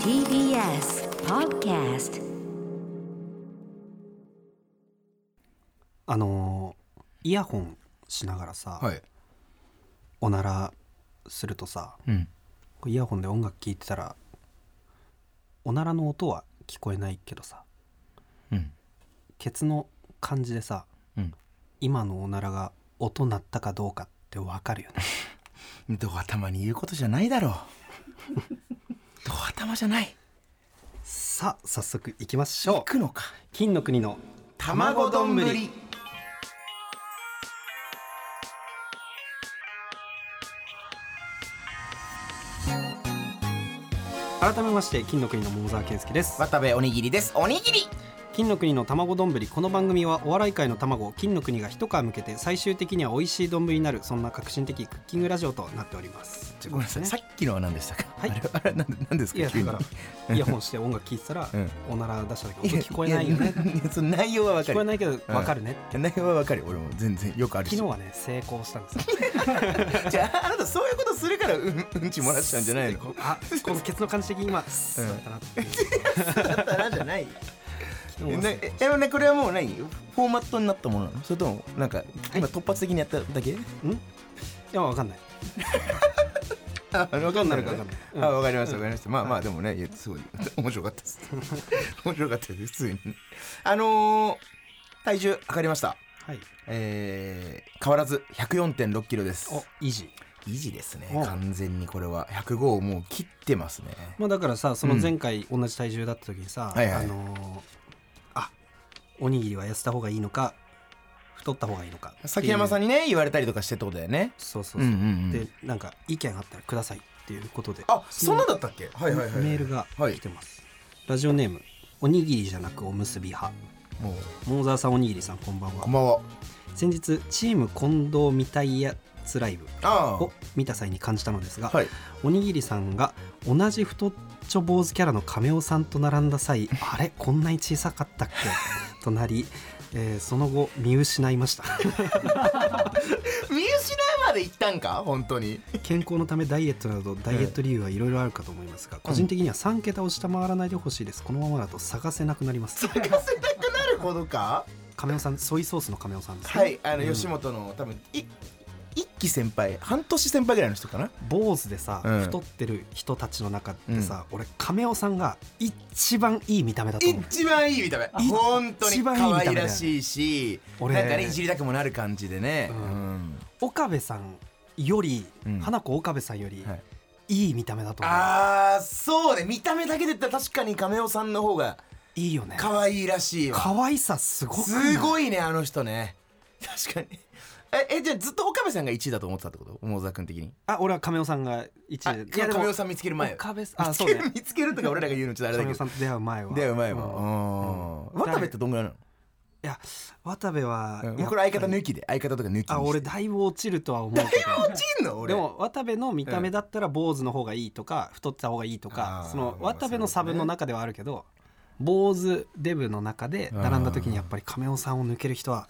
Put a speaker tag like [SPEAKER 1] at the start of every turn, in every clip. [SPEAKER 1] TBS Podcast
[SPEAKER 2] あのーイヤホンしながらさ、
[SPEAKER 3] はい。
[SPEAKER 2] おならするとさ
[SPEAKER 3] うん。
[SPEAKER 2] イヤホンで音楽聴いてたらおならの音は聞こえないけどさ
[SPEAKER 3] うん。
[SPEAKER 2] ケツの感じでさ今のおならが音鳴ったかどうかってわかるよね
[SPEAKER 3] うん。ど頭に言うことじゃない だろう。ど頭じゃない。
[SPEAKER 2] さあ早速いきまし
[SPEAKER 3] 行
[SPEAKER 2] ょう
[SPEAKER 3] くのか。
[SPEAKER 2] 金の国の
[SPEAKER 3] 卵丼。
[SPEAKER 2] 改めまして金の国の桃沢健介です
[SPEAKER 3] 渡部おにぎりです。おにぎり。
[SPEAKER 2] 金の国の卵丼ぶりこの番組はお笑い界の卵金の国が一皮向けて最終的には美味しい丼になるそんな革新的クッキングラジオとなっております
[SPEAKER 3] ちょごめんなさい。
[SPEAKER 2] ね
[SPEAKER 3] さっきのは何でしたか。
[SPEAKER 2] はい
[SPEAKER 3] あれあれなんなんです
[SPEAKER 2] いや
[SPEAKER 3] か。急
[SPEAKER 2] だ
[SPEAKER 3] に
[SPEAKER 2] か。らイヤホンして音楽聴いてたら、
[SPEAKER 3] うん
[SPEAKER 2] おなら出した時音聞こえないよね
[SPEAKER 3] や。やその内容はわ
[SPEAKER 2] 聞
[SPEAKER 3] かる。
[SPEAKER 2] こえないけどわかるね、
[SPEAKER 3] 内容はわかる。俺も全然よくあるし。
[SPEAKER 2] 昨日はね成功したんですよ
[SPEAKER 3] じゃああなたそういうことするからうんうんち漏らしたんじゃないの。
[SPEAKER 2] あこのケツの感じ的に今スッだったなっていう
[SPEAKER 3] だったらじゃない。
[SPEAKER 2] 昨日
[SPEAKER 3] え
[SPEAKER 2] は
[SPEAKER 3] な
[SPEAKER 2] 成
[SPEAKER 3] えでもねこれはもう何フォーマットになったものなのそれともなんか今突発的にやっただけ、
[SPEAKER 2] 功んいやわかんない
[SPEAKER 3] あ分
[SPEAKER 2] かんないわかんないうん
[SPEAKER 3] あ分かりました分かりましたまあまあでもねいやすごい 面白かったです 面白かったです普通にあのー、体重測りました
[SPEAKER 2] はい
[SPEAKER 3] えー、変わらず104.6キロです
[SPEAKER 2] お維持
[SPEAKER 3] 維持ですね
[SPEAKER 2] お
[SPEAKER 3] 完全にこれは105をもう切ってますね
[SPEAKER 2] まあだからさその前回同じ体重だった時にさ、
[SPEAKER 3] はいはい
[SPEAKER 2] あのーあおにぎりは痩せた方がいいのか太った方がいいのか
[SPEAKER 3] 崎山さん
[SPEAKER 2] に
[SPEAKER 3] にね言われたりとかしてってことだよね
[SPEAKER 2] そうそうそう、
[SPEAKER 3] うんうんうん
[SPEAKER 2] でなんか意見あったらくださいっていうことで
[SPEAKER 3] あそんなんだったっけはいはいはい
[SPEAKER 2] メールが来てます、ラジオネームおにぎりじゃなくおむすび派
[SPEAKER 3] もう
[SPEAKER 2] 桃沢さんおにぎりさんこんばんは
[SPEAKER 3] こんばんは
[SPEAKER 2] 先日チーム近藤見たいやつライブ
[SPEAKER 3] あ
[SPEAKER 2] を見た際に感じたのですが、
[SPEAKER 3] あはい
[SPEAKER 2] おにぎりさんが同じ太っちょ坊主キャラの亀尾さんと並んだ 際あれこんなに小さかったっけとなり、えーその後見失いました
[SPEAKER 3] 見失いまで行ったんか本当に
[SPEAKER 2] 健康のためダイエットなどダイエット理由はいろいろあるかと思いますが個人的には3桁を下回らないでほしいですこのままだと探せなくなります
[SPEAKER 3] 探せなくなるほどか
[SPEAKER 2] 亀尾さんソイソースの亀尾さんですね、
[SPEAKER 3] はいあの
[SPEAKER 2] うん
[SPEAKER 3] 吉本の多分い一期先輩半年先輩ぐらいの人かな
[SPEAKER 2] 坊主でさ、
[SPEAKER 3] うん
[SPEAKER 2] 太ってる人たちの中でさ、俺亀尾さんが一番いい見た目だと思う
[SPEAKER 3] 一番いい見た目本当
[SPEAKER 2] 一
[SPEAKER 3] に
[SPEAKER 2] 番いい見
[SPEAKER 3] 可
[SPEAKER 2] た目だよ
[SPEAKER 3] 愛らしいしなん
[SPEAKER 2] 俺
[SPEAKER 3] かねいじりたくもなる感じでね
[SPEAKER 2] う
[SPEAKER 3] うんん
[SPEAKER 2] 岡部さんより、
[SPEAKER 3] うん
[SPEAKER 2] 花子岡部さんより、
[SPEAKER 3] はいい、
[SPEAKER 2] い見た目だと思う
[SPEAKER 3] あーそうね見た目だけで言ったら確かに亀尾さんの方が
[SPEAKER 2] いいよね
[SPEAKER 3] 可愛いらしいわ
[SPEAKER 2] 可愛さすごくない
[SPEAKER 3] すごいねあの人ね確かにええじゃあずっと岡部さんが1位だと思ってたってこと桃沢君的に
[SPEAKER 2] あ俺は亀尾さんが一
[SPEAKER 3] あ
[SPEAKER 2] 位でいやでも
[SPEAKER 3] 亀尾さん見つける前
[SPEAKER 2] 岡部さんあ
[SPEAKER 3] 見つ
[SPEAKER 2] そ
[SPEAKER 3] け
[SPEAKER 2] う
[SPEAKER 3] る
[SPEAKER 2] ね
[SPEAKER 3] 見つけるとか俺らが言うのちょっとあれだ
[SPEAKER 2] 亀
[SPEAKER 3] け
[SPEAKER 2] 尾さ
[SPEAKER 3] ど
[SPEAKER 2] んと出会う前は
[SPEAKER 3] でうまいわ
[SPEAKER 2] うんい
[SPEAKER 3] うん渡部ってどんぐらいなの
[SPEAKER 2] や渡部は、
[SPEAKER 3] うん
[SPEAKER 2] やっぱり
[SPEAKER 3] これ相方抜きで相方とか抜きにして
[SPEAKER 2] あ俺だいぶ落ちるとは思うけど
[SPEAKER 3] 落ちんの 俺
[SPEAKER 2] でも渡部の見た目だったら坊主の方がいいとか太ってた方がいいと
[SPEAKER 3] あ
[SPEAKER 2] か
[SPEAKER 3] ー
[SPEAKER 2] その
[SPEAKER 3] まあ
[SPEAKER 2] 渡部の差分の中ではあるけど坊主デブの中で並んだ時にやっぱり亀尾さんを抜ける人は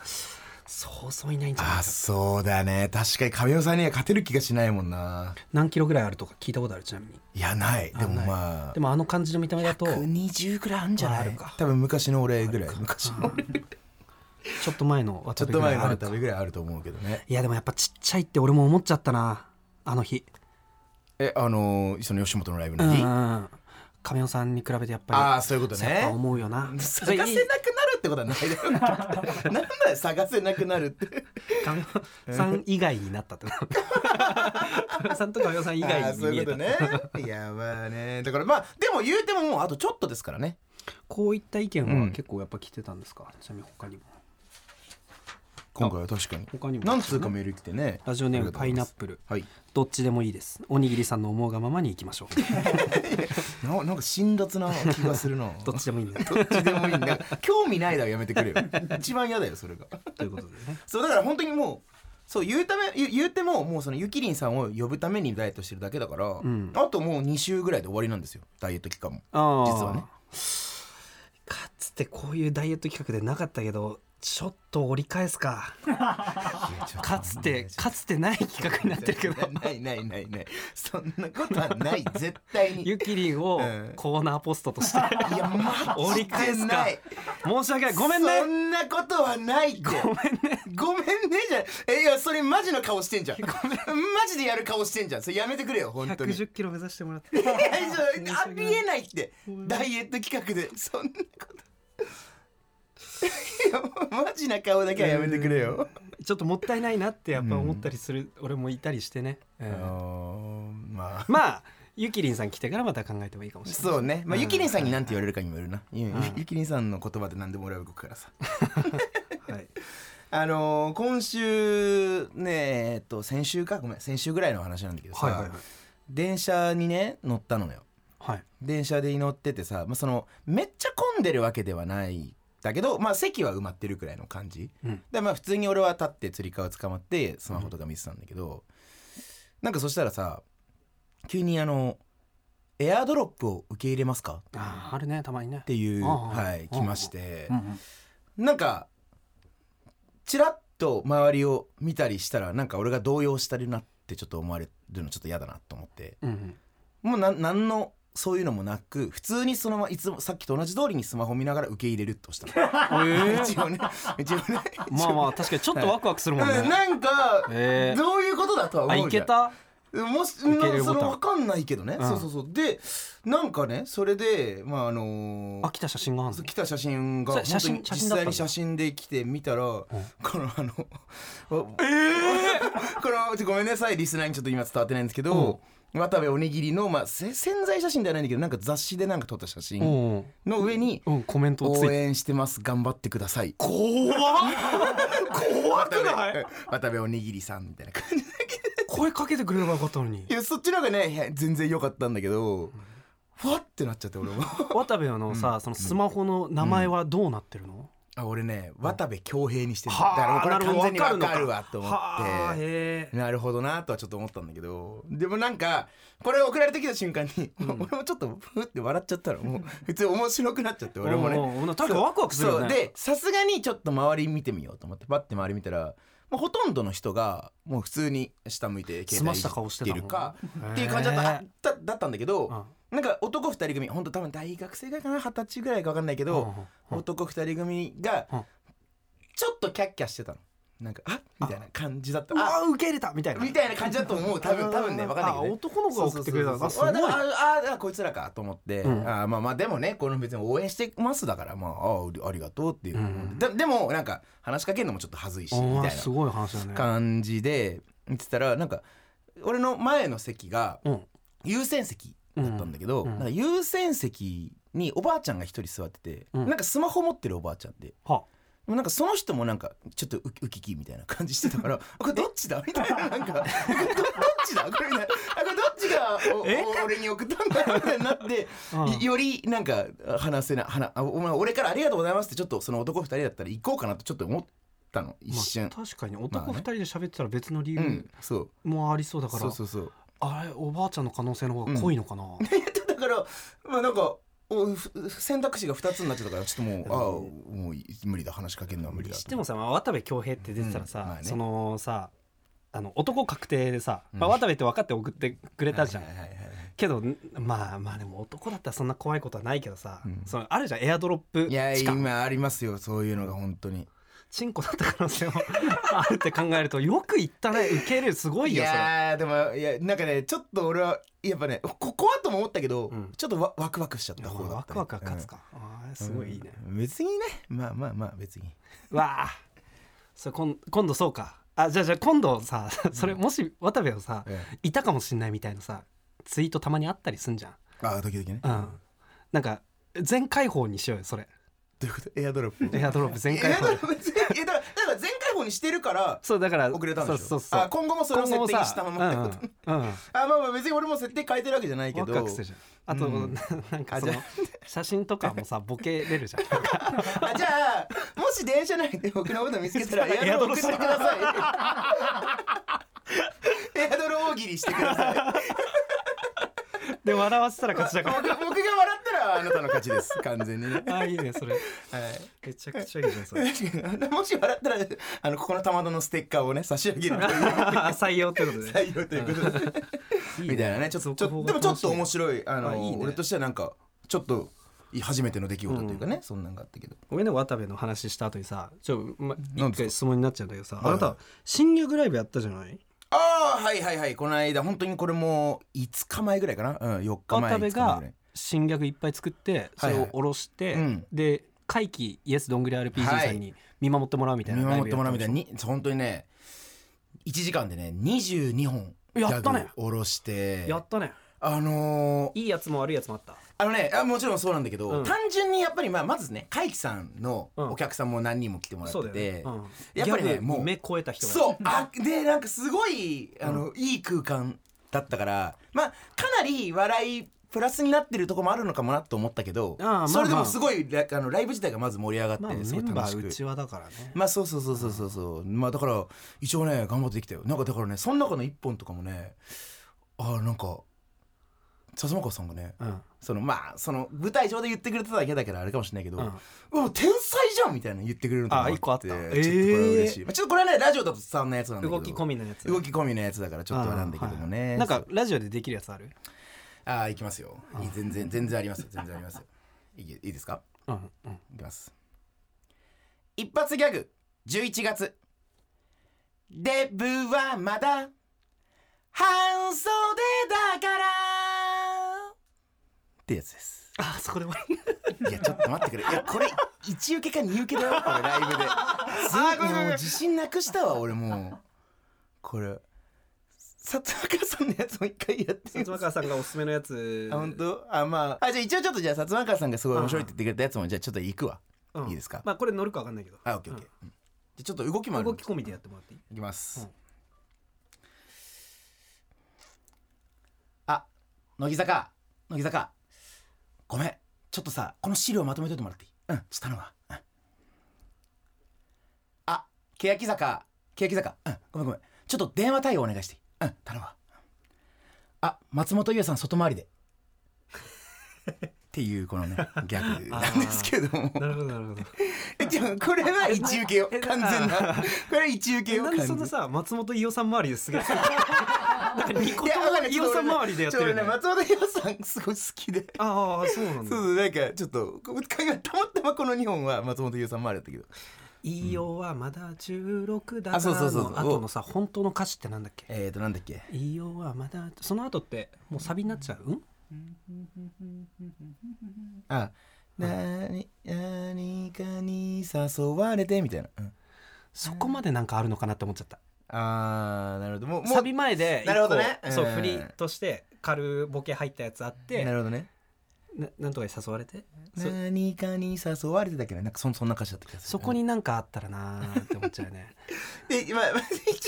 [SPEAKER 2] そうそういないんじゃない
[SPEAKER 3] あ
[SPEAKER 2] か
[SPEAKER 3] そうだね確かに亀尾さんには勝てる気がしないもんな
[SPEAKER 2] 何キロぐらいあるとか聞いたことあるちなみに
[SPEAKER 3] いやないでもまあ
[SPEAKER 2] でもあの感じの見た目だとち
[SPEAKER 3] 120ぐらいあるんじゃ
[SPEAKER 2] まあ
[SPEAKER 3] な
[SPEAKER 2] ある
[SPEAKER 3] い
[SPEAKER 2] か
[SPEAKER 3] 多分昔の俺ぐらい昔の俺
[SPEAKER 2] ょっと前の
[SPEAKER 3] ち
[SPEAKER 2] 渡
[SPEAKER 3] ょっ
[SPEAKER 2] 部
[SPEAKER 3] と
[SPEAKER 2] ぐら
[SPEAKER 3] 前
[SPEAKER 2] い
[SPEAKER 3] の
[SPEAKER 2] ある
[SPEAKER 3] 渡
[SPEAKER 2] か
[SPEAKER 3] 部ぐらいあると思うけどね
[SPEAKER 2] いやでもやっぱちっちゃいって俺も思っちゃったなあの日
[SPEAKER 3] えあのーその吉本のライブ
[SPEAKER 2] う
[SPEAKER 3] の
[SPEAKER 2] んう
[SPEAKER 3] 日
[SPEAKER 2] んうん亀尾さんに比べてやっ
[SPEAKER 3] あ
[SPEAKER 2] ぱ
[SPEAKER 3] あそういうこと
[SPEAKER 2] りやっぱ
[SPEAKER 3] ね
[SPEAKER 2] 思うよな
[SPEAKER 3] 探せなくなるってことは ないだろうけどなんだよ探せなくなるって
[SPEAKER 2] 亀尾さん以外になったって こと亀尾さんと亀尾さん以
[SPEAKER 3] あ
[SPEAKER 2] 外
[SPEAKER 3] ー
[SPEAKER 2] に
[SPEAKER 3] そう
[SPEAKER 2] 見
[SPEAKER 3] い
[SPEAKER 2] え
[SPEAKER 3] うこ
[SPEAKER 2] た
[SPEAKER 3] とねいやまあねだからまあでも言うてももうあとちょっとですからね
[SPEAKER 2] こういった意見
[SPEAKER 3] う
[SPEAKER 2] は
[SPEAKER 3] ん
[SPEAKER 2] 結構やっぱ来てたんですか、ちなみに他にも
[SPEAKER 3] 今回は確かに
[SPEAKER 2] 他にも
[SPEAKER 3] 何通かメール来てね
[SPEAKER 2] ラジオネーム
[SPEAKER 3] あ
[SPEAKER 2] パ
[SPEAKER 3] り
[SPEAKER 2] イナ
[SPEAKER 3] が
[SPEAKER 2] ッ
[SPEAKER 3] と
[SPEAKER 2] プル
[SPEAKER 3] うございます
[SPEAKER 2] どっちでもいいですおにぎりさんの思うがままにいきまし ょう
[SPEAKER 3] はいななんか辛辣な気がするな
[SPEAKER 2] どっちでもいいん です
[SPEAKER 3] どっちでもいいんだ興味ないだろやめてくれよ一番嫌だよそれが
[SPEAKER 2] ということでね
[SPEAKER 3] そうだから本当にもうそう言うため言う言うてももうそのゆきりんさんを呼ぶためにダイエットしてるだけだから、
[SPEAKER 2] ん
[SPEAKER 3] あともう2週ぐらいで終わりなんですよダイエット期間も
[SPEAKER 2] あー
[SPEAKER 3] 実はね
[SPEAKER 2] かつてこういうダイエット企画でなかったけどちょっと折り返すか かつてかつてない企画になってるけ ど
[SPEAKER 3] ないないないないそんなことはない絶対に
[SPEAKER 2] ゆきりんを
[SPEAKER 3] うん
[SPEAKER 2] コーナーポストとして
[SPEAKER 3] いやマ
[SPEAKER 2] 折り返すか
[SPEAKER 3] ない
[SPEAKER 2] 申し訳ないごめんね
[SPEAKER 3] そんなことはないってごめんねごめんねじゃないえいやそれマジの顔してんじゃんマジでやる顔してんじゃんそれやめてくれよ本当に
[SPEAKER 2] 110キロ目指してもらって
[SPEAKER 3] いやいやありえないってダイエット企画でそんなこといやマジな顔だけはやめてくれよ
[SPEAKER 2] ちょっともったいないなってやっぱ思ったりする、俺もいたりしてね、うん
[SPEAKER 3] まあ
[SPEAKER 2] まあゆきりんさん来てからまた考えてもいいかもしれない
[SPEAKER 3] そうね、まあ、
[SPEAKER 2] うん
[SPEAKER 3] ゆきりんさんに何て言われるかにもよるな、ゆゆきりんさんの言葉で何でもらうからさ
[SPEAKER 2] はい、
[SPEAKER 3] あのー今週ねえっと先週かごめん先週ぐらいの話なんだけどさ、
[SPEAKER 2] はいはいはい
[SPEAKER 3] 電車にね乗ったのよ
[SPEAKER 2] はい
[SPEAKER 3] 電車で乗っててさ、まあ、そのめっちゃ混んでるわけではないだけど、まあ、席は埋まってるくらいの感じ、
[SPEAKER 2] うん
[SPEAKER 3] でまあ普通に俺は立ってつり革捕まってスマホとか見てたんだけど、なんかそしたらさ急にあの「エアドロップを受け入れますか?」っ
[SPEAKER 2] あーあるねたまにね
[SPEAKER 3] ていう、
[SPEAKER 2] ああ
[SPEAKER 3] はい、
[SPEAKER 2] ああ
[SPEAKER 3] 来まして
[SPEAKER 2] うんうん
[SPEAKER 3] なんかちらっと周りを見たりしたらなんか俺が動揺したりなってちょっと思われるのちょっと嫌だなと思って
[SPEAKER 2] うんうん
[SPEAKER 3] もうなんなんのそういうのもなく普通にそのままいつもさっきと同じ通りにスマホ見ながら受け入れるって押したの一応ね一応ね
[SPEAKER 2] まあまあ確かにちょっとワクワクするもんね、
[SPEAKER 3] うんなんか、
[SPEAKER 2] えー
[SPEAKER 3] どういうことだとは
[SPEAKER 2] あ
[SPEAKER 3] 思
[SPEAKER 2] いう
[SPEAKER 3] じ
[SPEAKER 2] け
[SPEAKER 3] ゃん
[SPEAKER 2] た
[SPEAKER 3] もし
[SPEAKER 2] 受け入れ
[SPEAKER 3] な
[SPEAKER 2] るボ
[SPEAKER 3] そ
[SPEAKER 2] タン
[SPEAKER 3] の分かんないけどね、
[SPEAKER 2] うん
[SPEAKER 3] そうそうそうでなんかねそれでまああのー
[SPEAKER 2] あ来た写真があるの
[SPEAKER 3] 来た写真が
[SPEAKER 2] それ写真
[SPEAKER 3] 本当に
[SPEAKER 2] 写真
[SPEAKER 3] 実
[SPEAKER 2] だった
[SPEAKER 3] 際
[SPEAKER 2] の
[SPEAKER 3] に写真で来てみたら、この あの えこのちょごめんなさいリスナーにちょっと今伝わってないんですけど、渡部おにぎりの、まあ、せ潜在写真ではないんだけどなんか雑誌でなんか撮った写真
[SPEAKER 2] うんうん
[SPEAKER 3] の上に
[SPEAKER 2] うんコメン
[SPEAKER 3] 「
[SPEAKER 2] トをつい
[SPEAKER 3] 応
[SPEAKER 2] て
[SPEAKER 3] 援してます頑張ってください」
[SPEAKER 2] 怖っ怖くない
[SPEAKER 3] 渡部おにぎりさんみたいな 感じ
[SPEAKER 2] 声かけてくれればよかったのに
[SPEAKER 3] いやそっちの方がねいや全然良かったんだけどふわってなっちゃって俺 も
[SPEAKER 2] 渡部のさ、そのスマホの名前はどうなってるの、
[SPEAKER 3] あ俺ね渡部恭平にしてるだ
[SPEAKER 2] はあ
[SPEAKER 3] からこ
[SPEAKER 2] なる
[SPEAKER 3] れは
[SPEAKER 2] ほど
[SPEAKER 3] 完全に
[SPEAKER 2] わ
[SPEAKER 3] 分か
[SPEAKER 2] かる
[SPEAKER 3] る
[SPEAKER 2] のか
[SPEAKER 3] わと思って。
[SPEAKER 2] はあへえ
[SPEAKER 3] なるほどなとはちょっと思ったんだけどでもなんかこれ送られてきた瞬間に、俺もちょっとふって笑っちゃったらもう普通に面白くなっちゃって俺も
[SPEAKER 2] うんうんう
[SPEAKER 3] ね
[SPEAKER 2] ん確かにワクワクするよね
[SPEAKER 3] そうでさすがにちょっと周り見てみようと思ってパッて周り見たらもうほとんどの人がもう普通に下向いて携
[SPEAKER 2] 澄ま
[SPEAKER 3] 帯
[SPEAKER 2] した顔してたもん
[SPEAKER 3] るか
[SPEAKER 2] へえ
[SPEAKER 3] っていう感じだっただだったんだけど、
[SPEAKER 2] うん
[SPEAKER 3] なんか男2人組本当多分大学生ぐらいかな二十歳ぐらいか分かんないけど、
[SPEAKER 2] うん
[SPEAKER 3] 男2人組が
[SPEAKER 2] うん
[SPEAKER 3] ちょっとキャッキャしてたのなんか「あみたいな感じだった
[SPEAKER 2] うわ受け入れたみたいな
[SPEAKER 3] みたいな感じだと思う多分多分ね分かんないけど、ね、
[SPEAKER 2] あ男の子が送ってくれたの
[SPEAKER 3] そうそうそう
[SPEAKER 2] あすごい
[SPEAKER 3] ああああこいつらかと思って、
[SPEAKER 2] うん
[SPEAKER 3] あまあまあでもねこの別に応援してますだからまああありがとうっていう、
[SPEAKER 2] うん
[SPEAKER 3] ででもなんか話しかけるのもちょっと恥ずいし
[SPEAKER 2] あ
[SPEAKER 3] み
[SPEAKER 2] ー
[SPEAKER 3] たい
[SPEAKER 2] すごい話だね
[SPEAKER 3] な感じで言ってたらなんか俺の前の席が
[SPEAKER 2] うん
[SPEAKER 3] 優先席だったんだけど、
[SPEAKER 2] うんうん
[SPEAKER 3] なんか優先席におばあちゃんが一人座ってて、
[SPEAKER 2] うん
[SPEAKER 3] なんかスマホ持ってるおばあちゃんで。
[SPEAKER 2] は
[SPEAKER 3] でもなんかその人もなんかちょっとウキウキキみたいな感じしてたから これどっちだみたいななんかどどっちだこれみたいなあこれどっちが
[SPEAKER 2] え
[SPEAKER 3] おお俺に送ったんだみたいになって
[SPEAKER 2] うん
[SPEAKER 3] いよりなんか話せな話あお前俺からありがとうございますってちょっとその男二人だったら行こうかなとちょっと思ったの一瞬、
[SPEAKER 2] まあ、確かに男二人で喋ってたら別の理
[SPEAKER 3] う
[SPEAKER 2] 由
[SPEAKER 3] んそう
[SPEAKER 2] もありそうだから、
[SPEAKER 3] そうそうそう
[SPEAKER 2] あれおばあちゃんの可能性の方が濃いのかな、
[SPEAKER 3] だからまあなんかおふ選択肢が二つになっちゃったからちょっともうああもうい無理だ話しかけるのは無理
[SPEAKER 2] に
[SPEAKER 3] だ
[SPEAKER 2] してもさ、まあ、渡部恭平って出てたらさ、
[SPEAKER 3] うんまあね
[SPEAKER 2] そのさあの男確定でさ、
[SPEAKER 3] うん
[SPEAKER 2] まあ、渡部って分かって送ってくれたじゃん、
[SPEAKER 3] はいはいはいはい
[SPEAKER 2] けどんまあまあでも男だったらそんな怖いことはないけどさ、
[SPEAKER 3] うん
[SPEAKER 2] そのあるじゃんエアドロップ
[SPEAKER 3] いや
[SPEAKER 2] しか
[SPEAKER 3] 今ありますよそういうのが本当に。
[SPEAKER 2] チンコだった可能性も あるって考えるとよく言ったね受け入れるすごいよそれ
[SPEAKER 3] やーでもいやなんかねちょっと俺はやっぱねここはとも思ったけど、
[SPEAKER 2] うん
[SPEAKER 3] ちょっとワワクワクしちゃった方だったね、
[SPEAKER 2] ワクワクが勝つか、あー
[SPEAKER 3] うん、
[SPEAKER 2] すごいいいね、
[SPEAKER 3] うん別にねまあまあまあ別に
[SPEAKER 2] わあそれこん今度そうかあじゃあじゃあ今度さそれもし渡部をさ、
[SPEAKER 3] え
[SPEAKER 2] いたかもしんないみたいなさツイートたまにあったりすんじゃん
[SPEAKER 3] ああ時々ね
[SPEAKER 2] うんなんか全開放にしようよそれ
[SPEAKER 3] どういうこと エアドロップ
[SPEAKER 2] エアドロップ全
[SPEAKER 3] エ
[SPEAKER 2] 開
[SPEAKER 3] ア
[SPEAKER 2] 放
[SPEAKER 3] ドロップ全いやだからだから全開放にしてるから
[SPEAKER 2] そうだから
[SPEAKER 3] 遅れたんでしょ
[SPEAKER 2] そうそうそう
[SPEAKER 3] あ今後もそれを設定したままってこと、
[SPEAKER 2] 今後もさうんうんうん
[SPEAKER 3] あまあまあ別に俺も設定変えてるわけじゃないけ
[SPEAKER 2] ワ
[SPEAKER 3] ど
[SPEAKER 2] クワクするじゃんあと、
[SPEAKER 3] うん
[SPEAKER 2] ななんかその
[SPEAKER 3] あじゃ
[SPEAKER 2] 写真とかもさボケれるじゃんなんか
[SPEAKER 3] あじゃあもし電車内で僕のこと見つけたらエアドロ送ってくださいエアドロ大喜利してください
[SPEAKER 2] で笑わせたら勝ちだから
[SPEAKER 3] 僕僕が笑ったらはあなたの勝ちです完全にね
[SPEAKER 2] あいいねそれ
[SPEAKER 3] はい
[SPEAKER 2] めちゃくちゃいいじゃんそれ
[SPEAKER 3] もし笑ったらあのここの玉のステッカーをね差し上げるという
[SPEAKER 2] 採用ってことで、ね、
[SPEAKER 3] 採用ということでみたいなねちょっとちょっとでもちょっと面白いあの
[SPEAKER 2] あいいね
[SPEAKER 3] 俺としてはなんかちょっとい初めての出来事というかね、そんなんがあったけど
[SPEAKER 2] ごめんね渡部の話した後にさちょ、ま、
[SPEAKER 3] なん
[SPEAKER 2] 一
[SPEAKER 3] で
[SPEAKER 2] 回
[SPEAKER 3] すか
[SPEAKER 2] 質問になっちゃうんだけどさ
[SPEAKER 3] い
[SPEAKER 2] あなた新曲ライブやったじゃない
[SPEAKER 3] ああはいはいはいこの間本当にこれも5日前ぐらいかな、うん、4日前
[SPEAKER 2] 渡部
[SPEAKER 3] 5日前
[SPEAKER 2] が
[SPEAKER 3] ぐらい
[SPEAKER 2] 新曲いっぱい作ってそれを下ろして、
[SPEAKER 3] うん
[SPEAKER 2] で回帰イエスどんぐり RPG
[SPEAKER 3] はい
[SPEAKER 2] さんに見守ってもらうみたいな
[SPEAKER 3] 見
[SPEAKER 2] ライ
[SPEAKER 3] 守
[SPEAKER 2] ブ
[SPEAKER 3] っ
[SPEAKER 2] やたん
[SPEAKER 3] てもらう
[SPEAKER 2] で
[SPEAKER 3] み
[SPEAKER 2] したょ
[SPEAKER 3] いに本当にね1時間でね22本
[SPEAKER 2] やったね
[SPEAKER 3] ギャグを下ろして
[SPEAKER 2] やったね
[SPEAKER 3] あのー
[SPEAKER 2] いいやつも悪いやつもあった
[SPEAKER 3] あのねあもちろんそうなんだけど、
[SPEAKER 2] うん
[SPEAKER 3] 単純にやっぱり、まあ、まずね海輝さんの
[SPEAKER 2] うん
[SPEAKER 3] お客さんも何人も来てもらって
[SPEAKER 2] そうだよ
[SPEAKER 3] て、
[SPEAKER 2] ね、うん
[SPEAKER 3] やっぱり
[SPEAKER 2] ギャグ
[SPEAKER 3] ね
[SPEAKER 2] に
[SPEAKER 3] もう
[SPEAKER 2] 目超えた人が
[SPEAKER 3] そうあでなんかすごいあの、いい空間だったからまあかなり笑いプラスになってるとこもあるのかもなと思ったけど
[SPEAKER 2] あーまあまあ
[SPEAKER 3] それでもすごいラあのライブ自体がまず盛り上がって、
[SPEAKER 2] まあメ
[SPEAKER 3] すごい
[SPEAKER 2] ン
[SPEAKER 3] 楽
[SPEAKER 2] バ
[SPEAKER 3] し
[SPEAKER 2] ーう
[SPEAKER 3] く
[SPEAKER 2] ちわだからね
[SPEAKER 3] まあそうそうそうそうそうそうまあだから一応ね頑張ってできたよなんかだからねその中の一本とかもねあーなんか笹本さんがね
[SPEAKER 2] うん
[SPEAKER 3] そのまあその舞台上で言ってくれてただけだからあれかもしれないけど、
[SPEAKER 2] う
[SPEAKER 3] うんわ天才じゃんみたいなの言ってくれるのとかも
[SPEAKER 2] あ一個あった
[SPEAKER 3] ちょっとこ
[SPEAKER 2] え
[SPEAKER 3] れ
[SPEAKER 2] ー
[SPEAKER 3] 嬉しい、まあちょっとこれはねラジオだと伝わんないやつなんだけど
[SPEAKER 2] 動き込みのやつ
[SPEAKER 3] 動き込みのやつだからちょっとあれなんだけども
[SPEAKER 2] あーは
[SPEAKER 3] ね
[SPEAKER 2] いなんかラジオでできるやつある
[SPEAKER 3] ああいきますよいい全然全然ありますよ全然ありますよいいいいですか
[SPEAKER 2] うんうん
[SPEAKER 3] いきます一発ギャグ11月デブはまだ半袖だからってやつです
[SPEAKER 2] あそこでもいい
[SPEAKER 3] いやちょっと待ってくれいやこれ一受けか二受けだよこれライ
[SPEAKER 2] ご
[SPEAKER 3] ブで
[SPEAKER 2] めん
[SPEAKER 3] い
[SPEAKER 2] ご
[SPEAKER 3] や
[SPEAKER 2] めん
[SPEAKER 3] もう自信なくしたわ俺もうこれ里中さんのやつも一回やってみ
[SPEAKER 2] 薩摩
[SPEAKER 3] ます
[SPEAKER 2] 川さんがおすすめのやつ
[SPEAKER 3] あ本当あまああじゃあ一応ちょっとじゃあ薩摩川さんがすごい面白いって言ってくれたやつもじゃあちょっと行くわ、
[SPEAKER 2] うん
[SPEAKER 3] いいですか、
[SPEAKER 2] まあこれ乗るかわかんないけど
[SPEAKER 3] あオッケーオッケー、うんじゃあちょっと動きもあ
[SPEAKER 2] うん
[SPEAKER 3] る
[SPEAKER 2] 動
[SPEAKER 3] ん
[SPEAKER 2] き
[SPEAKER 3] で
[SPEAKER 2] 込みでやってもらっていい
[SPEAKER 3] いきます、
[SPEAKER 2] うん
[SPEAKER 3] あ乃木坂乃木坂ごめんちょっとさこの資料まとめといてもらっていいうんちょっと頼むわ、うん、あ欅坂欅坂うんごめんごめんちょっと電話対応お願いしていいうん頼むわあ松本優さん外回 りでっていうこのね逆なんですけども
[SPEAKER 2] なるほどな るほど
[SPEAKER 3] えじゃあこれは一受けよ完全なこれは一受けよ
[SPEAKER 2] な
[SPEAKER 3] 完
[SPEAKER 2] んで
[SPEAKER 3] 全
[SPEAKER 2] そんなさ松本伊代さん周り ですげえなんかニコ
[SPEAKER 3] いやわかんない
[SPEAKER 2] 伊代さん周りでやってるよね
[SPEAKER 3] ちょっと俺ね松本伊代さんすごい好き で
[SPEAKER 2] ああそうなん
[SPEAKER 3] そう
[SPEAKER 2] だ
[SPEAKER 3] そうなんかちょっとこたまたまこの2本は松本伊代さんもあれだったけど
[SPEAKER 2] 伊代はまだ16だ
[SPEAKER 3] あそうそうそうそう
[SPEAKER 2] の後のさ本当の歌詞ってなんだっけ
[SPEAKER 3] えーとなんだっけ
[SPEAKER 2] 伊代はまだその後ってもうサビになっちゃうん
[SPEAKER 3] あなに何かに誘われてみたいな、うん
[SPEAKER 2] そこまでなんかあるのかなって思っちゃった
[SPEAKER 3] あーなるほどもうもう
[SPEAKER 2] サビ前で一個
[SPEAKER 3] なるほどねうん
[SPEAKER 2] そう振りとして軽ボケ入ったやつあって
[SPEAKER 3] な
[SPEAKER 2] な
[SPEAKER 3] るほどね
[SPEAKER 2] なんとかに誘われてそ
[SPEAKER 3] 何かに誘われてだっけどなんかそんそんな歌詞だった気がする
[SPEAKER 2] そこになんかあったらなーって思っちゃうね
[SPEAKER 3] で今一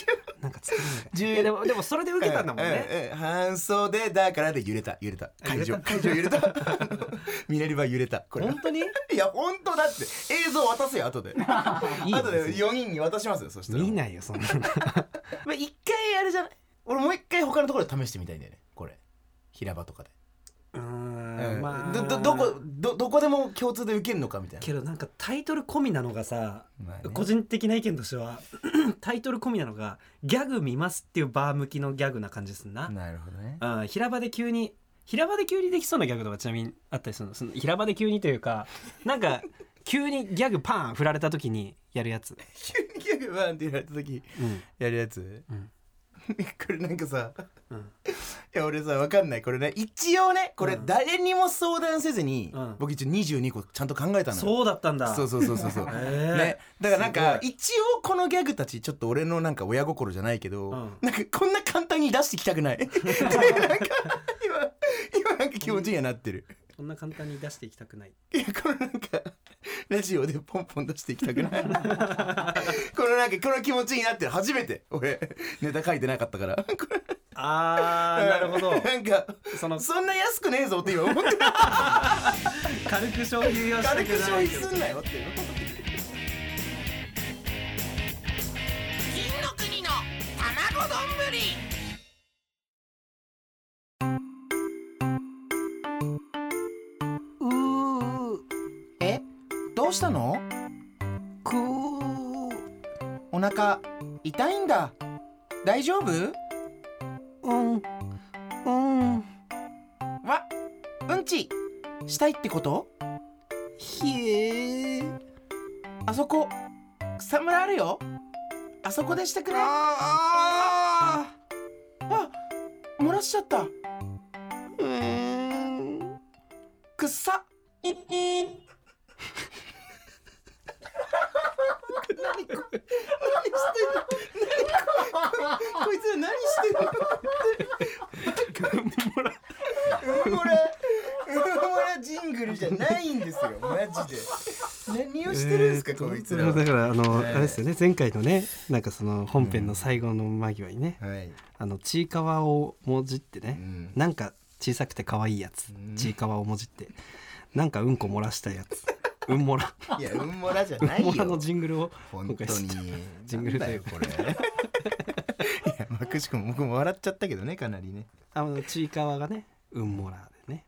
[SPEAKER 3] 応
[SPEAKER 2] なんか作れない
[SPEAKER 3] 十
[SPEAKER 2] いやでもでもそれで受けたんだもんね
[SPEAKER 3] うううん半袖だからで揺れた揺れた会
[SPEAKER 2] 揺
[SPEAKER 3] 場
[SPEAKER 2] れ
[SPEAKER 3] 会場揺れた ミネルヴァ揺れたこれ
[SPEAKER 2] 本当に
[SPEAKER 3] いや本当だって映像渡せよ後で
[SPEAKER 2] いいよ
[SPEAKER 3] 後で4人に渡しますよそしたら
[SPEAKER 2] 見ないよそんなの
[SPEAKER 3] まあ一回あれじゃない俺もう一回他のところで試してみたいんだよねこれ平場とかで、
[SPEAKER 2] うー
[SPEAKER 3] うんん
[SPEAKER 2] まあ
[SPEAKER 3] どどどこどどこでも共通で受けるのかみたいな
[SPEAKER 2] けどなんかタイトル込みなのがさ、
[SPEAKER 3] まあね
[SPEAKER 2] 個人的な意見としては タイトル込みなのがギャグ見ますっていうバー向きのギャグな感じすんな、
[SPEAKER 3] なるほ どね
[SPEAKER 2] うん、平場で急に平場で急にできそうなギャグとかちなみにあったりするのその平場で急にというかなんか急にギャグパン振られた時にやるやつ、
[SPEAKER 3] 急にギャグバンってやられた時
[SPEAKER 2] うん
[SPEAKER 3] やるやつ、
[SPEAKER 2] ん
[SPEAKER 3] これなんかさ
[SPEAKER 2] うん、
[SPEAKER 3] いや俺さわかんないこれね一応ねこれ
[SPEAKER 2] うん
[SPEAKER 3] 誰にも相談せずに、
[SPEAKER 2] うん
[SPEAKER 3] 僕一応22個ちゃんと考えたのよ
[SPEAKER 2] そうだったんだ
[SPEAKER 3] そうそうそうそうそう、
[SPEAKER 2] へー
[SPEAKER 3] ね、だからなんか
[SPEAKER 2] すごい
[SPEAKER 3] 一応このギャグたちちょっと俺のなんか親心じゃないけど、
[SPEAKER 2] うん
[SPEAKER 3] なんかこんな簡単に出してきた くないでなんか今今なんか気持ちにはなってる
[SPEAKER 2] そんな簡単に出していきたくない
[SPEAKER 3] いやこのなんかラジオでポンポン出していきたく ないこのなんかこの気持ちになってる初めて俺ネタ書いてなかったからこれ
[SPEAKER 2] あーなるほど
[SPEAKER 3] なんか
[SPEAKER 2] その
[SPEAKER 3] そんな安くねえぞって今思ってる
[SPEAKER 2] 軽く消費をしたくな
[SPEAKER 3] 軽
[SPEAKER 2] い
[SPEAKER 3] く消費すんなよって
[SPEAKER 4] 金の国の卵丼ぶり
[SPEAKER 1] う
[SPEAKER 3] どうしたの
[SPEAKER 2] くー
[SPEAKER 3] お腹痛いんだ大丈夫
[SPEAKER 2] うんうん
[SPEAKER 3] わうんちしたいってこと
[SPEAKER 2] ひえー
[SPEAKER 3] あそこ草むらあるよあそこでしてくれあ
[SPEAKER 2] あ
[SPEAKER 3] 漏らしちゃった
[SPEAKER 2] ーうーん
[SPEAKER 3] くっさ何これ何してんの何ここいつら何してんのうむらうむらジングルじゃないんですよマジで何をしてるんですか、
[SPEAKER 2] えーと
[SPEAKER 3] こいつらは
[SPEAKER 2] だからあの、
[SPEAKER 3] えー
[SPEAKER 2] あれですよね前回のねなんかその本編の最後の間際にね、
[SPEAKER 3] はい、
[SPEAKER 2] あのちいかわをもじってね、
[SPEAKER 3] ん
[SPEAKER 2] なんか小さくて可愛いやつ
[SPEAKER 3] うん
[SPEAKER 2] ちいかわをもじってなんかうんこ漏らしたや つうんもら
[SPEAKER 3] いやうんもらじゃ な
[SPEAKER 2] うん
[SPEAKER 3] いよ
[SPEAKER 2] もらのジングルを
[SPEAKER 3] 本当
[SPEAKER 2] 今
[SPEAKER 3] に
[SPEAKER 2] 回ジングルだよ
[SPEAKER 3] なんだこれ いやまあくしくも僕も笑っちゃったけどねかなりね
[SPEAKER 2] あのちいかわがねうんもらでね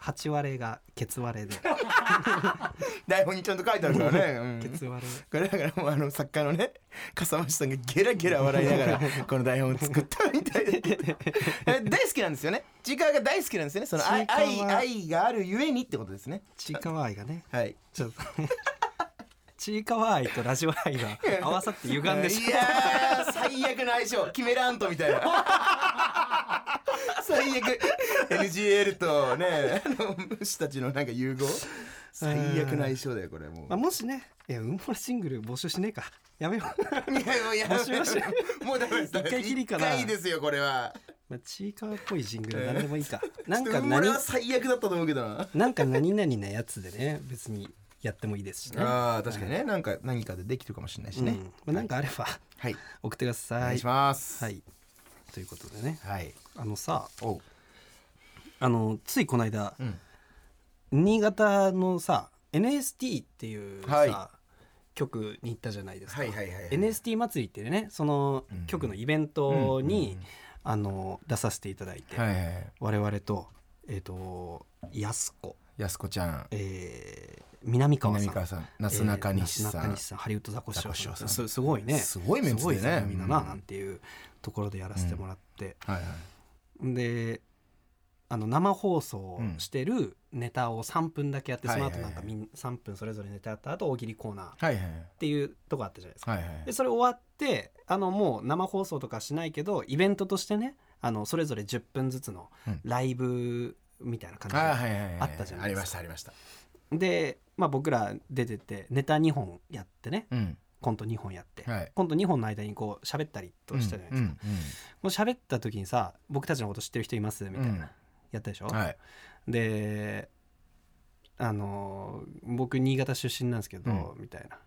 [SPEAKER 2] 8割れがケツ割れ で
[SPEAKER 3] 台本にちゃんと書いてあるからね、う
[SPEAKER 2] ケ
[SPEAKER 3] ん、
[SPEAKER 2] ツ割
[SPEAKER 3] これだからもうあの作家のね笠間さんがゲラゲラ笑いなが らこの台本を作ったみたいだけどえ大好きなんですよね時間が大好きなんですよねその愛
[SPEAKER 2] ちいか
[SPEAKER 3] 愛
[SPEAKER 2] わ
[SPEAKER 3] 愛があるゆえにってことですね
[SPEAKER 2] れちいかわ愛がね
[SPEAKER 3] はい
[SPEAKER 2] ちょっとねちいかわ愛とラジオ愛が合わさって歪んでしま
[SPEAKER 3] い
[SPEAKER 2] った
[SPEAKER 3] やー最悪の相性決めらんとみたい な最悪 NGL とねあの虫たちのなんか融合最悪の相性だよこれもう
[SPEAKER 2] まあ、もしね、いや、うんもらシングル募集しねえか。やめよう。
[SPEAKER 3] いやもうやめ
[SPEAKER 2] もしもし
[SPEAKER 3] もうダメです
[SPEAKER 2] 一回きりかな
[SPEAKER 3] 一回ですよこれは
[SPEAKER 2] まあ、ちいかわっぽいジングルなんでもいい か。な
[SPEAKER 3] なんん
[SPEAKER 2] か
[SPEAKER 3] か
[SPEAKER 2] 何
[SPEAKER 3] 俺、は最悪だったと思うけどな
[SPEAKER 2] なんか何々なやつでね、別にやってもいいですしね。
[SPEAKER 3] あー確かにねなんか何かでできるかもしれないし
[SPEAKER 2] うん
[SPEAKER 3] ね、
[SPEAKER 2] まあ、なんかあれば、
[SPEAKER 3] はい
[SPEAKER 2] 送ってくだ
[SPEAKER 3] お
[SPEAKER 2] さ
[SPEAKER 3] 願
[SPEAKER 2] い。
[SPEAKER 3] いします
[SPEAKER 2] はい。ということでね、
[SPEAKER 3] はい
[SPEAKER 2] あのさ、
[SPEAKER 3] おう
[SPEAKER 2] あの、ついこの間、
[SPEAKER 3] うん
[SPEAKER 2] 新潟のさ、NST っていうさ、
[SPEAKER 3] は
[SPEAKER 2] 局に行ったじゃないですか。
[SPEAKER 3] はいはいはい
[SPEAKER 2] NST 祭りっていうね、その
[SPEAKER 3] うん
[SPEAKER 2] 局のイベントに、あの出させていただいて、
[SPEAKER 3] はいはいはい
[SPEAKER 2] 我々と、えっ、と、やすこ、
[SPEAKER 3] やすこちゃん
[SPEAKER 2] えー、南川さん。
[SPEAKER 3] 南川さんなすなかにしさ
[SPEAKER 2] えーな
[SPEAKER 3] ん
[SPEAKER 2] すなかにしさん、ハリウッドザコシショウ
[SPEAKER 3] ザコシショウ
[SPEAKER 2] さ
[SPEAKER 3] さ
[SPEAKER 2] ん。
[SPEAKER 3] ん
[SPEAKER 2] すすごいね。
[SPEAKER 3] すごいメンツ
[SPEAKER 2] す
[SPEAKER 3] で
[SPEAKER 2] ご
[SPEAKER 3] ね
[SPEAKER 2] い番組だな、
[SPEAKER 3] うん
[SPEAKER 2] なんていうところでやらせてもらって。
[SPEAKER 3] はいはい
[SPEAKER 2] で、あの生放送してるネタを3分だけやって、
[SPEAKER 3] うん
[SPEAKER 2] その
[SPEAKER 3] は
[SPEAKER 2] 後
[SPEAKER 3] いは
[SPEAKER 2] ないん
[SPEAKER 3] はい
[SPEAKER 2] かみん3分それぞれネタやった後大喜利コーナーっ
[SPEAKER 3] はいはい
[SPEAKER 2] ていうとこあったじゃないですか。
[SPEAKER 3] はいはい
[SPEAKER 2] でそれ終わってあのもう生放送とかしないけどイベントとしてねあのそれぞれ10分ずつの
[SPEAKER 3] うん
[SPEAKER 2] ライブみたいな感じで
[SPEAKER 3] あーはいはいはい
[SPEAKER 2] あったじゃない
[SPEAKER 3] あり
[SPEAKER 2] ですか
[SPEAKER 3] ましたありました
[SPEAKER 2] で、まあ、僕ら出ててネタ2本やってね
[SPEAKER 3] うん
[SPEAKER 2] コント2本やって、
[SPEAKER 3] はい
[SPEAKER 2] コント2本の間にこう喋ったりとしたじゃないですか、もう喋った時にさ「僕たちのこと知ってる人います?」み
[SPEAKER 3] うんう
[SPEAKER 2] たい
[SPEAKER 3] ん
[SPEAKER 2] な、やったでしょ、
[SPEAKER 3] うんはい
[SPEAKER 2] であのー僕新潟出身なんですけど、みたいな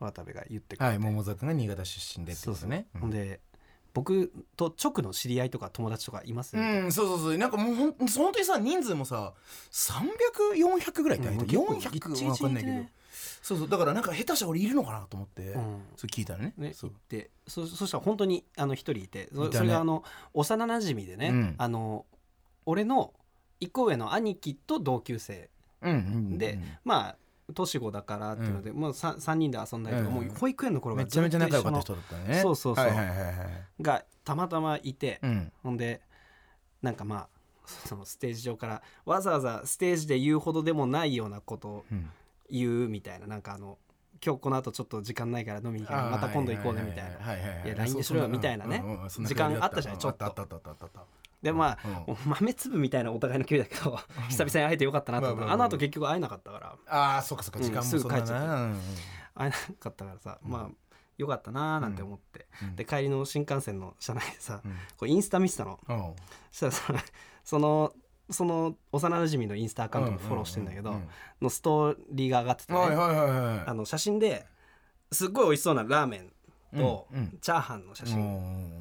[SPEAKER 2] 渡部が言ってくれて、
[SPEAKER 3] はい桃沢君が新潟出身でって
[SPEAKER 2] そ
[SPEAKER 3] こ
[SPEAKER 2] う
[SPEAKER 3] と
[SPEAKER 2] そう
[SPEAKER 3] ね
[SPEAKER 2] ほん
[SPEAKER 3] ん
[SPEAKER 2] で僕と直の知り合いとか友達とかいます、みたいな
[SPEAKER 3] うんそうそうそうなんかもうほん本当にさ人数もさ300400ぐらいって
[SPEAKER 2] うん
[SPEAKER 3] 400
[SPEAKER 2] 結構
[SPEAKER 3] は
[SPEAKER 2] い
[SPEAKER 3] 分かんないけ
[SPEAKER 2] ちいちいて
[SPEAKER 3] ど
[SPEAKER 2] ね
[SPEAKER 3] そうそうだからなんか下手したら俺いるのかなと思って
[SPEAKER 2] うん
[SPEAKER 3] それ聞いたらね
[SPEAKER 2] ね、
[SPEAKER 3] そ
[SPEAKER 2] 行っ
[SPEAKER 3] う
[SPEAKER 2] てそそしたら本当にあの一人いてそ
[SPEAKER 3] いたね
[SPEAKER 2] それがあの幼なじみでね、
[SPEAKER 3] うん
[SPEAKER 2] あの俺の一個上の兄貴と同級生
[SPEAKER 3] うんうん
[SPEAKER 2] でまあ年子だからっていうので、もう 3, 三人で遊んだりとか、
[SPEAKER 3] うん
[SPEAKER 2] もう保育園の頃
[SPEAKER 3] う
[SPEAKER 2] が
[SPEAKER 3] んめちゃめちゃ仲良かった
[SPEAKER 2] ずと
[SPEAKER 3] 人だったね
[SPEAKER 2] そうそうそう
[SPEAKER 3] はいはいはいはい
[SPEAKER 2] 一緒のがたまたまいて、
[SPEAKER 3] うん
[SPEAKER 2] ほんでなんかまあそのステージ上からわざわざステージで言うほどでもないようなことを
[SPEAKER 3] うん
[SPEAKER 2] 言うみたいななんかあの今日この後ちょっと時間ないから飲みに行くからまた今度行こうねみたいな
[SPEAKER 3] はいはいはいはい
[SPEAKER 2] いや
[SPEAKER 3] や
[SPEAKER 2] LINE でしろよみたいなね時間あったじゃないちょっと
[SPEAKER 3] あったあったあったあったあっ
[SPEAKER 2] でま
[SPEAKER 3] うん
[SPEAKER 2] あ、豆粒みたいなお互いの距離だけど久々に会えてよかったなと思った
[SPEAKER 3] まあまあ
[SPEAKER 2] あの
[SPEAKER 3] まあ
[SPEAKER 2] 後結局会えなかったから
[SPEAKER 3] たあーそっかそっか時間
[SPEAKER 2] う
[SPEAKER 3] も
[SPEAKER 2] んすぐ
[SPEAKER 3] そんな
[SPEAKER 2] 帰っちゃった
[SPEAKER 3] なうん
[SPEAKER 2] 会えなかったからさまあよかったなーなんて思って、
[SPEAKER 3] うん
[SPEAKER 2] で帰りの新幹線の車内でさ、
[SPEAKER 3] うん
[SPEAKER 2] こうインスタ見てたの
[SPEAKER 3] うんうん
[SPEAKER 2] そしたらさそのその幼馴染のインスタアカウントもフォローしてんだけど、
[SPEAKER 3] うんうんうん
[SPEAKER 2] のストーリーが上がってて、ね
[SPEAKER 3] はいはいはいはい
[SPEAKER 2] あの写真ですっごい美味しそうなラーメンと
[SPEAKER 3] うんうん
[SPEAKER 2] チャーハンの写真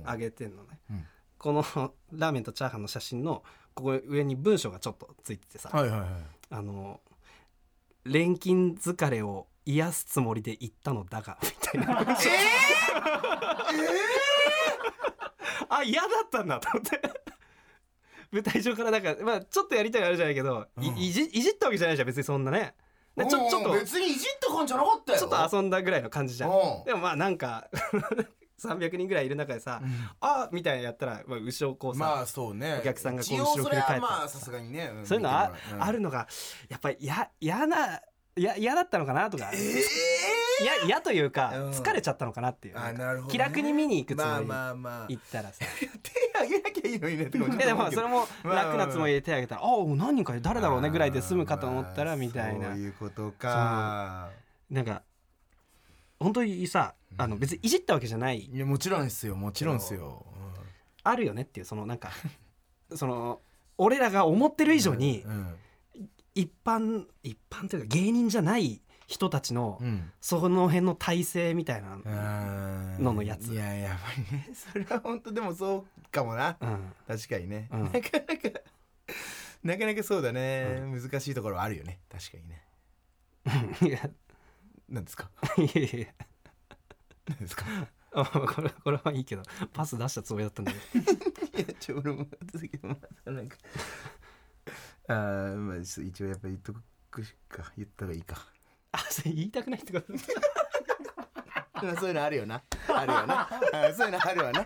[SPEAKER 3] 真
[SPEAKER 2] 上げてんのね、
[SPEAKER 3] うん
[SPEAKER 2] この ラーメンとチャーハンの写真のここ上に文章がちょっとついててさ、
[SPEAKER 3] はいはいはい
[SPEAKER 2] あの錬金疲れを癒すつもりで行ったのだがみたいな
[SPEAKER 3] ええ
[SPEAKER 2] あ嫌だったんだと思 って舞台上からなんか、まあ、ちょっとやりたいあるじゃないけど、い
[SPEAKER 3] うん
[SPEAKER 2] いじいじったわけじゃないじゃん別にそんなねでちょちょっ
[SPEAKER 3] うん
[SPEAKER 2] と
[SPEAKER 3] 別にいじった感じじゃなかったよ
[SPEAKER 2] ちょっと遊んだぐらいの感じじゃん
[SPEAKER 3] うん
[SPEAKER 2] でもまあなんか 300人ぐらいいる中でさ「あみたいなやったら、まあ、後ろをこうさ、
[SPEAKER 3] まあそうね
[SPEAKER 2] お客さんがこう
[SPEAKER 3] 一応
[SPEAKER 2] 後ろ振り返った
[SPEAKER 3] それ
[SPEAKER 2] りとか
[SPEAKER 3] はまあさすがにねん
[SPEAKER 2] そういうのあ,、
[SPEAKER 3] 見てもらうん
[SPEAKER 2] あるのがやっぱりや嫌なや嫌だったのかなとか、
[SPEAKER 3] え
[SPEAKER 2] いや嫌というか、
[SPEAKER 3] うん
[SPEAKER 2] 疲れちゃったのかなってい
[SPEAKER 3] え
[SPEAKER 2] う
[SPEAKER 3] あなるほどね
[SPEAKER 2] 気楽に見に行くつもり
[SPEAKER 3] まあ
[SPEAKER 2] で
[SPEAKER 3] まあまあ
[SPEAKER 2] 行ったら さ、
[SPEAKER 3] 手あげなきゃいいのにねって感じ
[SPEAKER 2] えでもそれも
[SPEAKER 3] まあまあ
[SPEAKER 2] 楽なつもりで手挙げたら「あお何人か誰だろうね」ぐらいで済むかと思った
[SPEAKER 3] あ
[SPEAKER 2] ら
[SPEAKER 3] ー
[SPEAKER 2] みたいな
[SPEAKER 3] そういうことか
[SPEAKER 2] なんか本当にさあの別にいじったわけじゃない
[SPEAKER 3] いやもちろんですよもちろんですよ
[SPEAKER 2] あるよねっていうそのなんかその俺らが思ってる以上に
[SPEAKER 3] うん
[SPEAKER 2] 一般一般というか芸人じゃない人たちの
[SPEAKER 3] うん
[SPEAKER 2] その辺の体制みたいな
[SPEAKER 3] うん
[SPEAKER 2] ののやつ
[SPEAKER 3] いややっぱりねそれは本当でもそうかもな
[SPEAKER 2] うん
[SPEAKER 3] 確かにね
[SPEAKER 2] うん
[SPEAKER 3] なかなかなかなかそうだね難しいところはあるよね確かに
[SPEAKER 2] い
[SPEAKER 3] ね
[SPEAKER 2] や
[SPEAKER 3] なんですか
[SPEAKER 2] いやいやいや
[SPEAKER 3] なんですか
[SPEAKER 2] あこれこれはいいけどパス出したつもりだったんだけど
[SPEAKER 3] いやちょ俺も続けまなんか あーまあちょっと一応やっぱ言っとくしか言った方がいいか
[SPEAKER 2] あそれ言いたくないってこと
[SPEAKER 3] うんそういうのあるよなあるよなうんそういうのあるわな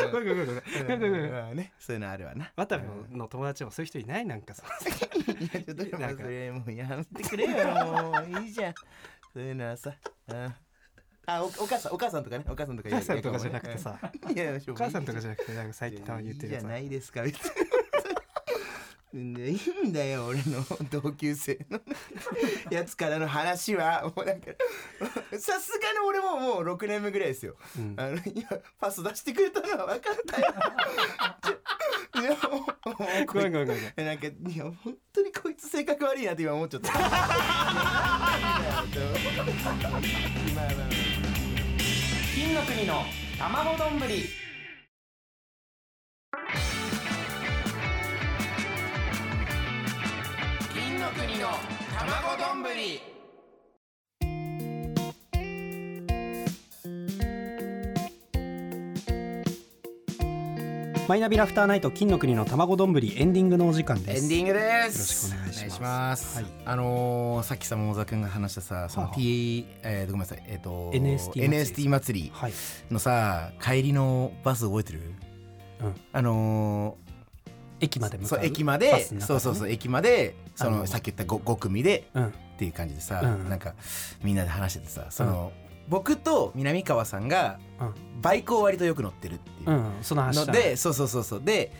[SPEAKER 3] うん
[SPEAKER 2] ごめんごめんごめんごめんごめんごめん
[SPEAKER 3] うんねそういうのあるわ な
[SPEAKER 2] 渡部の友達もそういう人いないなんかさ
[SPEAKER 3] いやちょっとでも
[SPEAKER 2] なんか
[SPEAKER 3] それもうやめてくれよもういいじゃんそういうのはさうんあおお母さんお母さんとかねお母さんとか
[SPEAKER 2] お
[SPEAKER 3] 言う
[SPEAKER 2] 母さんとかじゃなくてさ
[SPEAKER 3] うんいやいやしょ
[SPEAKER 2] お
[SPEAKER 3] うが
[SPEAKER 2] 母
[SPEAKER 3] ない
[SPEAKER 2] さんとかじゃなくてなんか最近たまに言ってるや
[SPEAKER 3] い
[SPEAKER 2] つ
[SPEAKER 3] いじゃないですか別にでいいんだよ俺の同級生のやつからの話はもうなんかさすがの俺ももう6年目ぐらいですよ、
[SPEAKER 2] うん
[SPEAKER 3] あの今パス出してくれたのは分かっ たよちょいやもうもう
[SPEAKER 2] ごめんごめんごめん
[SPEAKER 3] えなんかいや本当にこいつ性格悪いなって今思っちゃったいやなんだよ本当まあまあまあ
[SPEAKER 2] 金の国の卵丼ぶり
[SPEAKER 4] 金の国の卵丼ぶり
[SPEAKER 2] マイナビラフターナイト金の国の卵丼ぶりエンディングのお時間です
[SPEAKER 3] エンディングで
[SPEAKER 2] よ
[SPEAKER 3] す。
[SPEAKER 2] ろしくお願いします
[SPEAKER 3] ま
[SPEAKER 2] は
[SPEAKER 3] す
[SPEAKER 2] い
[SPEAKER 3] あのーさっきさ桃沢君が話したさ、その
[SPEAKER 2] はあ
[SPEAKER 3] T えーごめんなさいえっ、と
[SPEAKER 2] NST 祭り
[SPEAKER 3] NST 祭り
[SPEAKER 2] はい
[SPEAKER 3] のさ帰りのバス覚えてる？
[SPEAKER 2] うん
[SPEAKER 3] あの
[SPEAKER 2] 駅まで
[SPEAKER 3] ー
[SPEAKER 2] 向か
[SPEAKER 3] そうう駅ま
[SPEAKER 2] バ
[SPEAKER 3] で、
[SPEAKER 2] スの中
[SPEAKER 3] そうそう
[SPEAKER 2] う
[SPEAKER 3] そう駅までその、
[SPEAKER 2] あの
[SPEAKER 3] さっき言った 5, 五組で
[SPEAKER 2] うん
[SPEAKER 3] っていう感じでさ、
[SPEAKER 2] うん
[SPEAKER 3] なんかみんなで話しててさその、僕と南川さんが
[SPEAKER 2] うん
[SPEAKER 3] バイクを割とよく乗ってるっていう。
[SPEAKER 2] うんその話
[SPEAKER 3] の
[SPEAKER 2] だ
[SPEAKER 3] でそうそうそうそうで、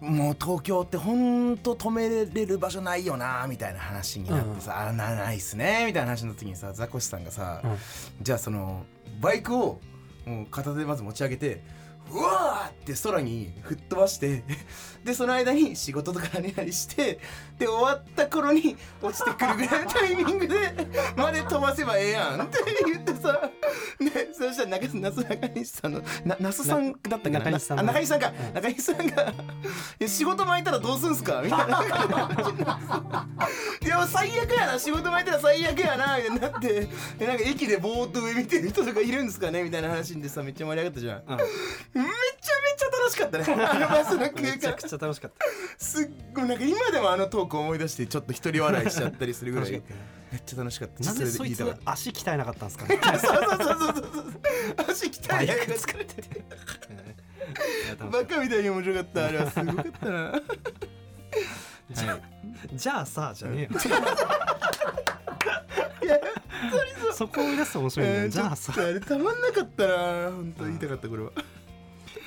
[SPEAKER 3] もう東京ってほんと止めれる場所ないよなみたいな話になってさ、あなないっすねみたいな話の時にさザコシさんがさ、
[SPEAKER 2] うん
[SPEAKER 3] じゃあそのバイクをもう片手でまず持ち上げてうわーって空に吹っ飛ばして でその間に仕事とか何々してで終わった頃に落ちてくるぐらいのタイミングでまで飛ばせばええやんって言ってさ、ね、そしたら中なすなかにしさんのな那須さんだったっけな
[SPEAKER 2] な中西さん
[SPEAKER 3] あ中西さんか、中西さんがいや仕事巻いたらどうすんすかみたいなでも最悪やな仕事巻いたら最悪やなみたいになって でなんか駅でぼーっと上見てる人とかいるんですかねみたいな話でさめっちゃ盛り上がったじゃん、
[SPEAKER 2] うん
[SPEAKER 3] めちゃめちゃ楽しかった ねあのバスの空
[SPEAKER 2] めちゃ
[SPEAKER 3] 間
[SPEAKER 2] くちゃ楽しかっ
[SPEAKER 3] すっごいなんか今でもあのトーク思い出してちょっと一人笑いしちゃったりするぐらいめっ
[SPEAKER 2] 楽しかっ
[SPEAKER 3] ちゃ楽しかった
[SPEAKER 2] たなぜ
[SPEAKER 3] 実
[SPEAKER 2] そ
[SPEAKER 3] 際
[SPEAKER 2] い
[SPEAKER 3] 聞
[SPEAKER 2] つ
[SPEAKER 3] たか
[SPEAKER 2] 足鍛えなかったんですかね
[SPEAKER 3] ら そうそうそうそうそうそう足
[SPEAKER 2] バ
[SPEAKER 3] 鍛え
[SPEAKER 2] イ
[SPEAKER 3] やがっ
[SPEAKER 2] ク
[SPEAKER 3] て
[SPEAKER 2] 使ってていや楽しか
[SPEAKER 3] バ
[SPEAKER 2] った
[SPEAKER 3] カみたいに面白かったあれはすごかっ たなはい
[SPEAKER 2] じゃあさじゃねえよそこを言い出すと面白いんだ
[SPEAKER 3] え
[SPEAKER 2] よ
[SPEAKER 3] ー
[SPEAKER 2] じ
[SPEAKER 3] ちょ
[SPEAKER 2] ゃあ
[SPEAKER 3] っ
[SPEAKER 2] さ
[SPEAKER 3] とあれたまんなかったな本当言いたかったこれは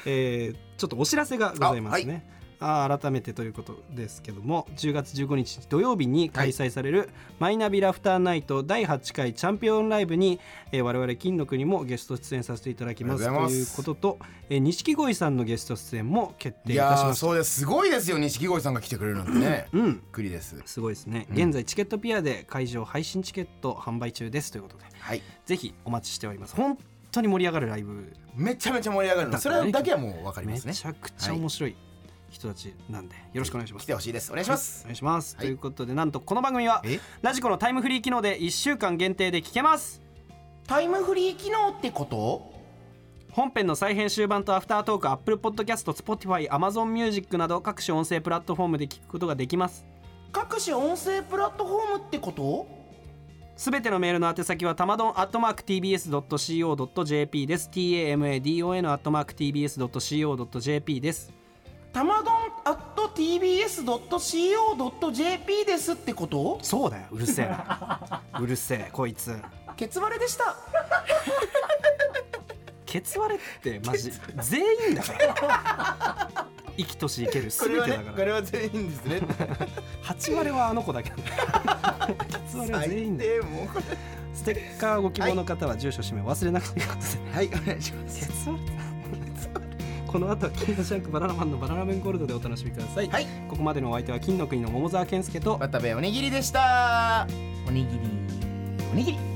[SPEAKER 2] えーちょっとお知らせがございますね。あー改めてということですけども10月15日土曜日に開催される「マイナビラフターナイト第8回チャンピオンライブに」えー我々金の国もゲスト出演させていただきますと
[SPEAKER 3] ありがとうござい
[SPEAKER 2] い
[SPEAKER 3] ま
[SPEAKER 2] う
[SPEAKER 3] す
[SPEAKER 2] こととえー錦鯉さんのゲスト出演も決定
[SPEAKER 3] い
[SPEAKER 2] いたし
[SPEAKER 3] や
[SPEAKER 2] ま
[SPEAKER 3] ー
[SPEAKER 2] した
[SPEAKER 3] そうですすごいですよ錦鯉さんが来てくれるなんて ねびっ
[SPEAKER 2] うん
[SPEAKER 3] くりです
[SPEAKER 2] すごいですね、
[SPEAKER 3] うん
[SPEAKER 2] 現在チケットピアで会場配信チケット販売中ですということで
[SPEAKER 3] はい
[SPEAKER 2] ぜひお待ちしております本当に盛り上がるライブ
[SPEAKER 3] めちゃめちゃ盛り上がるのそれだけはもうわかりま
[SPEAKER 2] め
[SPEAKER 3] すね
[SPEAKER 2] ちゃくちゃ面白い人たちなんでよろしくお願いしま
[SPEAKER 3] 来
[SPEAKER 2] す
[SPEAKER 3] てほしいですお願いします
[SPEAKER 2] お願いします、
[SPEAKER 3] はい
[SPEAKER 2] ということでなんとこの番組は
[SPEAKER 3] え
[SPEAKER 2] ラジコのタイムフリー機能で1週間限定で聞けます
[SPEAKER 3] タイムフリー機能ってこと
[SPEAKER 2] 本編の再編集版とアフタートーク Apple Podcast、Spotify、Amazon Music など各種音声プラットフォームで聞くことができます
[SPEAKER 3] 各種音声プラットフォームってこと
[SPEAKER 2] すべてのメールの宛先はたまどんアットマーク TBS.CO.JP です TAMADON アットマーク TBS.CO.JP です
[SPEAKER 3] たまどん at tbs.co.jp ですってこと
[SPEAKER 2] そうだようるせえなうるせえこいつ
[SPEAKER 3] ケツ割れでした
[SPEAKER 2] ケツ割れってマジ全員だから生きとし生ける
[SPEAKER 3] こ
[SPEAKER 2] 全
[SPEAKER 3] れ
[SPEAKER 2] て
[SPEAKER 3] はね
[SPEAKER 2] だか
[SPEAKER 3] これ
[SPEAKER 2] ら
[SPEAKER 3] は全員です ね
[SPEAKER 2] 8割はあの子だけど8割は全員だよ
[SPEAKER 3] でもうこ
[SPEAKER 2] ステッカーご希望の方は住所氏名忘れなくていいことです
[SPEAKER 3] れはいお願いします
[SPEAKER 2] 鉄腕この後は金のシャンクバナナマンのバナナメンゴールドでお楽しみください、
[SPEAKER 3] はい
[SPEAKER 2] ここまでのお相手は金の国の桃沢健介と
[SPEAKER 3] 渡部おにぎりでしたおにぎりおにぎり